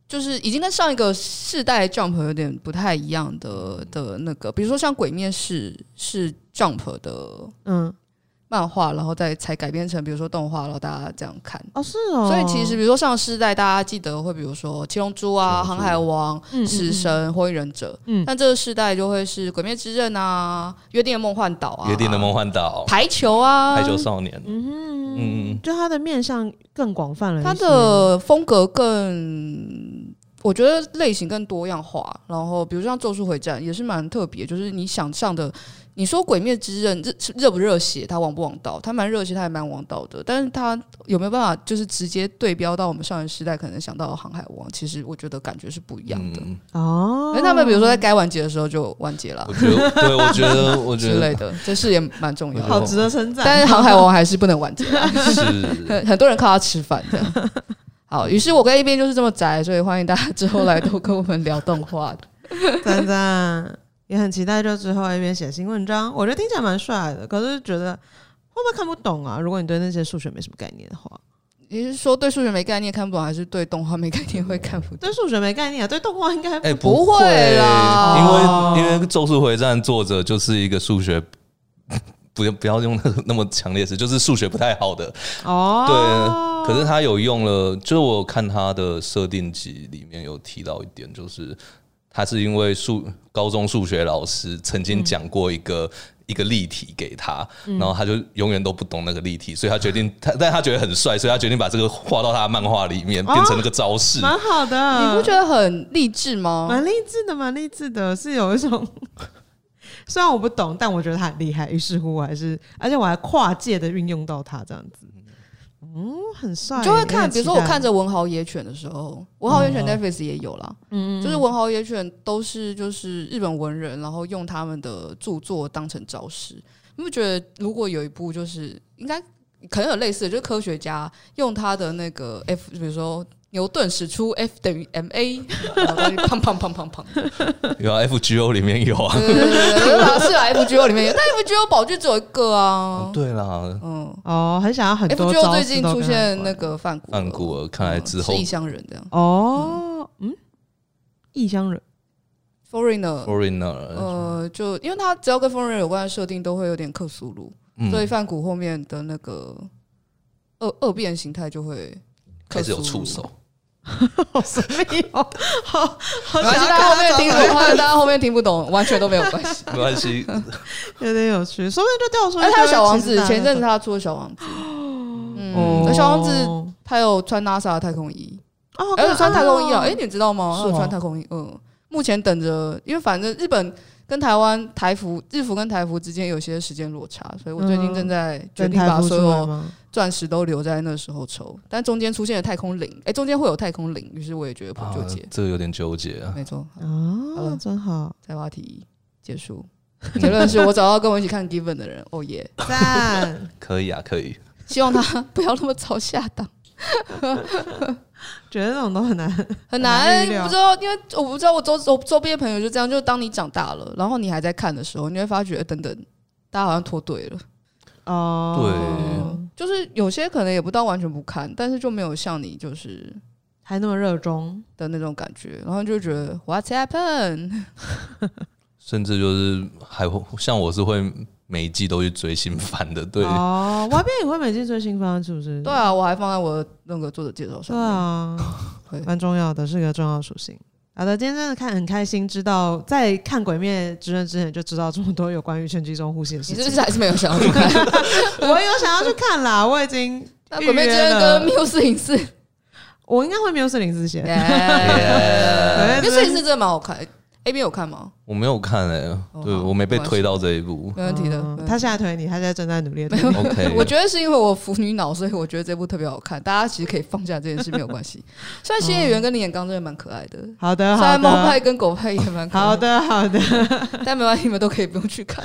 Speaker 2: 就是已经跟上一个世代 Jump 有点不太一样的的那个，比如说像《鬼灭》是是 Jump 的
Speaker 1: 嗯，
Speaker 2: 漫画，然后再才改编成比如说动画，然后大家这样看。
Speaker 1: 哦是哦，
Speaker 2: 所以其实，比如说上世代，大家记得会，比如说《七龙珠》啊，《
Speaker 3: 七龙
Speaker 2: 航
Speaker 3: 珠
Speaker 2: 海王》
Speaker 1: 嗯嗯
Speaker 2: 死神》《火影忍者》，
Speaker 1: 嗯
Speaker 2: 但这个世代就会是《鬼灭之刃》啊，《约定的梦幻岛》啊，
Speaker 3: 约定的梦幻岛，
Speaker 2: 排球啊，
Speaker 3: 排球少年，
Speaker 1: 嗯
Speaker 3: 嗯
Speaker 1: 就它的面向更广泛了一些，
Speaker 2: 它的风格更，我觉得类型更多样化。然后比如像《咒术回战》也是蛮特别，就是你想象的你说《鬼灭之刃》热热不热血？它王不王道？它蛮热血，它也蛮王道的。但是它有没有办法就是直接对标到我们少年时代可能想到的《航海王》？其实我觉得感觉是不一样的。
Speaker 3: 嗯，
Speaker 1: 哦
Speaker 2: 因为他们比如说在该完结的时候就完结了
Speaker 3: 我觉得，对，我觉 得，我觉
Speaker 2: 之类
Speaker 3: 得
Speaker 2: 的，这事也蛮重要
Speaker 3: 好
Speaker 2: 的。
Speaker 3: 值
Speaker 1: 得称赞
Speaker 2: 但是《航海王》还是不能完结啊，
Speaker 3: 是
Speaker 2: 很很多人靠它吃饭的。好，于是我跟一边就是这么宅，所以欢迎大家之后来多跟我们聊动画。
Speaker 1: 赞赞，也很期待就之后 A 边写新文章，我觉得听起来蛮帅的，可是觉得会不会看不懂啊？如果你对那些数学没什么概念的话，
Speaker 2: 你是说对数学没概念看不懂，还是对动画没概念会看不懂？
Speaker 1: 对数学没概念啊，对动画应该、
Speaker 3: 哎、
Speaker 2: 不会
Speaker 3: 会
Speaker 2: 啦
Speaker 3: 因为因为《咒术回战》作者就是一个数学，不要不要用那个那么强烈的词，就是数学不太好的。
Speaker 2: 哎
Speaker 1: 哦，
Speaker 3: 可是他有用了，就是我看他的设定集里面有提到一点，就是他是因为数高中数学老师曾经讲过一个、
Speaker 1: 嗯
Speaker 3: 一个例题给他，然后他就永远都不懂那个例题，所以他决定他，但他觉得很帅，所以他决定把这个画到他的漫画里面，
Speaker 1: 哦
Speaker 3: 变成那个招式。
Speaker 1: 蛮好的，
Speaker 2: 你不觉得很励志吗？
Speaker 1: 蛮励志的，蛮励志的，是有一种。虽然我不懂，但我觉得他很厉害，于是乎我还是，而且我还跨界的运用到他这样子，嗯，很帅耶。
Speaker 2: 就会
Speaker 1: 也
Speaker 2: 看，
Speaker 1: 很
Speaker 2: 比如
Speaker 1: 期
Speaker 2: 说我
Speaker 1: 待
Speaker 2: 看，着《文豪野犬》的时候，《文豪野犬》Netflix 也有啦，
Speaker 1: 嗯，
Speaker 2: 就是《文豪野犬》都是就是日本文人，然后用他们的著作当成招式。你不觉得如果有一部就是应该可能有类似的，就是科学家用他的那个 F，比如说牛顿使出 F 等于 ma，然后就砰砰砰砰砰，
Speaker 3: 有啊，FGO 里面有啊。
Speaker 2: 对对对对对啊是啊，FGO 里面有，但 FGO 宝具只有一个啊，
Speaker 3: 哦对啦，
Speaker 2: 嗯
Speaker 1: 哦，很想要很多
Speaker 2: ，FGO
Speaker 1: 招
Speaker 2: 最
Speaker 1: 式
Speaker 2: 近
Speaker 1: 都
Speaker 2: 出
Speaker 1: 跟他有
Speaker 2: 现
Speaker 1: 关
Speaker 2: 那个范谷了，
Speaker 3: 范古尔看来
Speaker 2: 嗯
Speaker 3: 之后
Speaker 2: 是异乡人这样
Speaker 1: 哦，嗯，异乡人
Speaker 2: ，foreigner。
Speaker 1: 哦
Speaker 3: ，Foreigner，
Speaker 2: 呃，就因为它只要跟疯人有关的设定，都会有点克苏鲁，所以
Speaker 3: 嗯，
Speaker 2: 范谷后面的那个恶恶变形态就会
Speaker 3: 开始有
Speaker 2: 克苏
Speaker 3: 触
Speaker 2: 鲁
Speaker 3: 手。。
Speaker 1: 好神秘哦，好好
Speaker 2: 没关系，
Speaker 1: 想
Speaker 2: 大
Speaker 1: 要
Speaker 2: 家后
Speaker 1: 看
Speaker 2: 面
Speaker 1: 他
Speaker 2: 听
Speaker 1: 长
Speaker 2: 懂，
Speaker 1: 什么
Speaker 2: 大家后面听不懂，完全都没有关 系。
Speaker 3: 没关 系，
Speaker 1: 有点有趣，说不定就掉出来。
Speaker 2: 哎，他有小王子，前一阵子
Speaker 1: 子，
Speaker 2: 他出了小王子，
Speaker 1: 哦
Speaker 2: 嗯，小王子他有穿 NASA 的太空衣，
Speaker 1: 哦，
Speaker 2: 而且穿太空衣啊，
Speaker 1: 哦
Speaker 2: 哎，你知道吗？
Speaker 1: 是
Speaker 2: 他有穿
Speaker 1: 哦
Speaker 2: 太空衣，嗯，目前等着，因为反正日本。跟台湾台服、日服跟台服之间有些时间落差，所以我最近
Speaker 1: 嗯
Speaker 2: 正在决
Speaker 1: 跟
Speaker 2: 定
Speaker 1: 台
Speaker 2: 把
Speaker 1: 服出
Speaker 2: 所
Speaker 1: 来
Speaker 2: 有
Speaker 1: 吗？
Speaker 2: 钻石都留在那时候抽，但中间出现了太空领，哎、中间会有太空领，于是我也觉得不
Speaker 3: 啊
Speaker 2: 纠结。
Speaker 3: 这个有点纠结啊。
Speaker 2: 没错，好
Speaker 1: 啊
Speaker 2: 了，
Speaker 1: 真好，
Speaker 2: 再话题结束， 结论是我找到跟我一起看 Given 的人，哦耶！
Speaker 1: 赞。
Speaker 3: 可以啊，可以。
Speaker 2: 希望他 不要那么早下档，
Speaker 1: 觉得这种都很难。
Speaker 2: 很
Speaker 1: 很难
Speaker 2: 难哎
Speaker 1: 预，料
Speaker 2: 不知道，因为我不知道我周周周边的朋友就这样，就当你长大了，然后你还在看的时候，你会发觉，诶等等，大家好像脱队了。
Speaker 1: 哦，对，
Speaker 2: 就是有些可能也不到完全不看，但是就没有像你就是
Speaker 1: 还那么热衷，
Speaker 2: 的那种感觉，然后就觉得 What's happened？
Speaker 1: 嗯
Speaker 3: 甚至就是还会像我是会每一季都去追新番的，对，
Speaker 1: 哦，外边也会每季追新番，是不是？
Speaker 2: 对啊，我还放在我的那个作者介绍
Speaker 1: 对
Speaker 2: 上面。
Speaker 1: 啊，
Speaker 2: 会
Speaker 1: 蛮重要的，是个重要属性。好的，今天真的看很开心，知道在看《鬼灭之刃》之前就知道这么多有关于拳击中呼吸的事
Speaker 2: 你是
Speaker 1: 情
Speaker 2: 不。是还是没有想要去 看？
Speaker 1: 我有想要去看啦，我已经
Speaker 2: 那《
Speaker 1: 预
Speaker 2: 鬼灭之刃
Speaker 1: 约》了
Speaker 2: 跟《缪斯影视》
Speaker 1: 我应该会没有四零四写。
Speaker 2: 耶，《缪斯影视》真的蛮好看。A B 有看吗？
Speaker 3: 我没有看哎、
Speaker 2: 哦
Speaker 3: 对
Speaker 2: 好
Speaker 3: 我没被推到这一步。
Speaker 2: 没问题的
Speaker 1: 嗯。
Speaker 2: 没问
Speaker 1: 他
Speaker 2: 题
Speaker 1: 现在推你，他现在正在努力地推你。
Speaker 3: OK，
Speaker 2: 我觉得是因为我腐女脑，所以我觉得这部特别好看。大家其实可以放下这件事，没有关系。虽然新演员跟林演刚真的蛮可爱的，
Speaker 1: 好的，
Speaker 2: 虽
Speaker 1: 哦好
Speaker 2: 然猫派
Speaker 1: 的，
Speaker 2: 跟狗派也蛮可爱
Speaker 1: 好，的，好的。
Speaker 2: 但没关系，你们都可以不用去 看。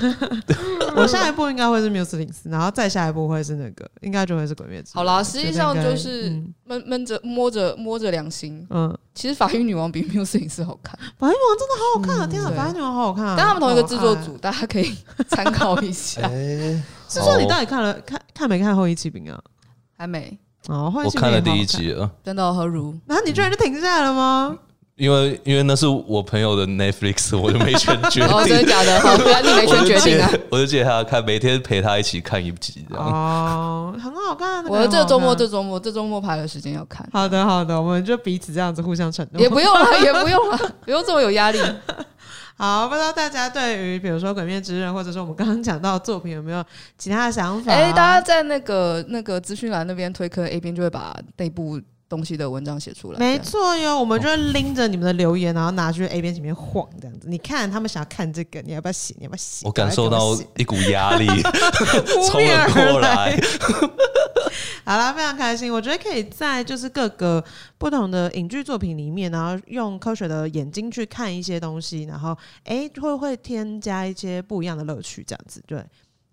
Speaker 1: 我下一步应该会是 m u s i c 然后再下一步会是那个，应该就会是鬼灭之刃。
Speaker 2: 好啦，实际上就是
Speaker 1: 嗯
Speaker 2: 闷闷着摸着摸着良心，
Speaker 1: 嗯，
Speaker 2: 其实《法医女王》比《缪斯影视》好看。
Speaker 1: 白玉王真的好好看啊！天哪，
Speaker 2: 嗯对
Speaker 1: 白玉王好好看啊！
Speaker 2: 但他们同一个制作
Speaker 1: 好
Speaker 2: 组，大家可以 参考一下。
Speaker 3: 哎，
Speaker 1: 爱，是说你
Speaker 3: 好
Speaker 1: 到底看了看看没看后一期兵啊？
Speaker 2: 还没，
Speaker 1: 哦，后一
Speaker 3: 我
Speaker 1: 期
Speaker 3: 看了
Speaker 1: 兵也
Speaker 3: 第
Speaker 1: 好
Speaker 3: 一，集了，
Speaker 2: 真的哦 何如？
Speaker 1: 然后你居然就停下来了吗？
Speaker 3: 因为因为那是我朋友的 Netflix，我就没权决
Speaker 2: 哦，真的
Speaker 3: 定。
Speaker 2: 假的？好，不然你没
Speaker 3: 我
Speaker 2: 权
Speaker 3: 就
Speaker 2: 决定
Speaker 3: 借
Speaker 2: 啊。，
Speaker 3: 我就借他看，每天陪他一起看一集这样。
Speaker 1: 哦，很好看啊。那个
Speaker 2: 我
Speaker 1: 很好
Speaker 2: 这周末
Speaker 1: 看
Speaker 2: 这周末这周末排了时间要看，
Speaker 1: 好的好的，我们就彼此这样子互相承诺
Speaker 2: 也。不用 了，也不用了，不用这么有压力。
Speaker 1: 好，不知道大家对于比如说《鬼灭之刃》或者是我们刚刚讲到的作品有没有其他的想法？
Speaker 2: 哎，大家在那个那个资讯栏那边推坑 A 边就会把那部东西的文章写出来。
Speaker 1: 没
Speaker 2: 这样
Speaker 1: 错哟，我们就会拎着你们的留言，然后拿去 A 边前面晃这样子。你看他们想要看这个，你要不要写？你要不要写？
Speaker 3: 我感受到
Speaker 1: 赶快给
Speaker 3: 一股 压力
Speaker 1: 我写
Speaker 3: 冲了过来。。
Speaker 1: 扑面而好啦，非常开心。我觉得可以在就是各个不同的影剧作品里面，然后用科学的眼睛去看一些东西，然后诶，会会添加一些不一样的乐趣，这样子对。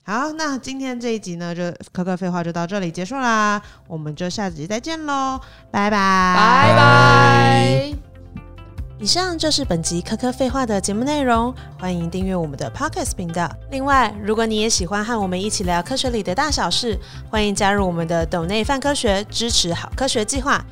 Speaker 1: 好，那今天这一集呢，就可可废话就到这里结束啦，我们就下集再见喽，拜拜，
Speaker 2: 拜拜。
Speaker 1: 以上就是本集科科废话的节目内容，欢迎订阅我们的 Podcast 频道。另外，如果你也喜欢和我们一起聊科学里的大小事，欢迎加入我们的抖内泛科学支持好科学计划。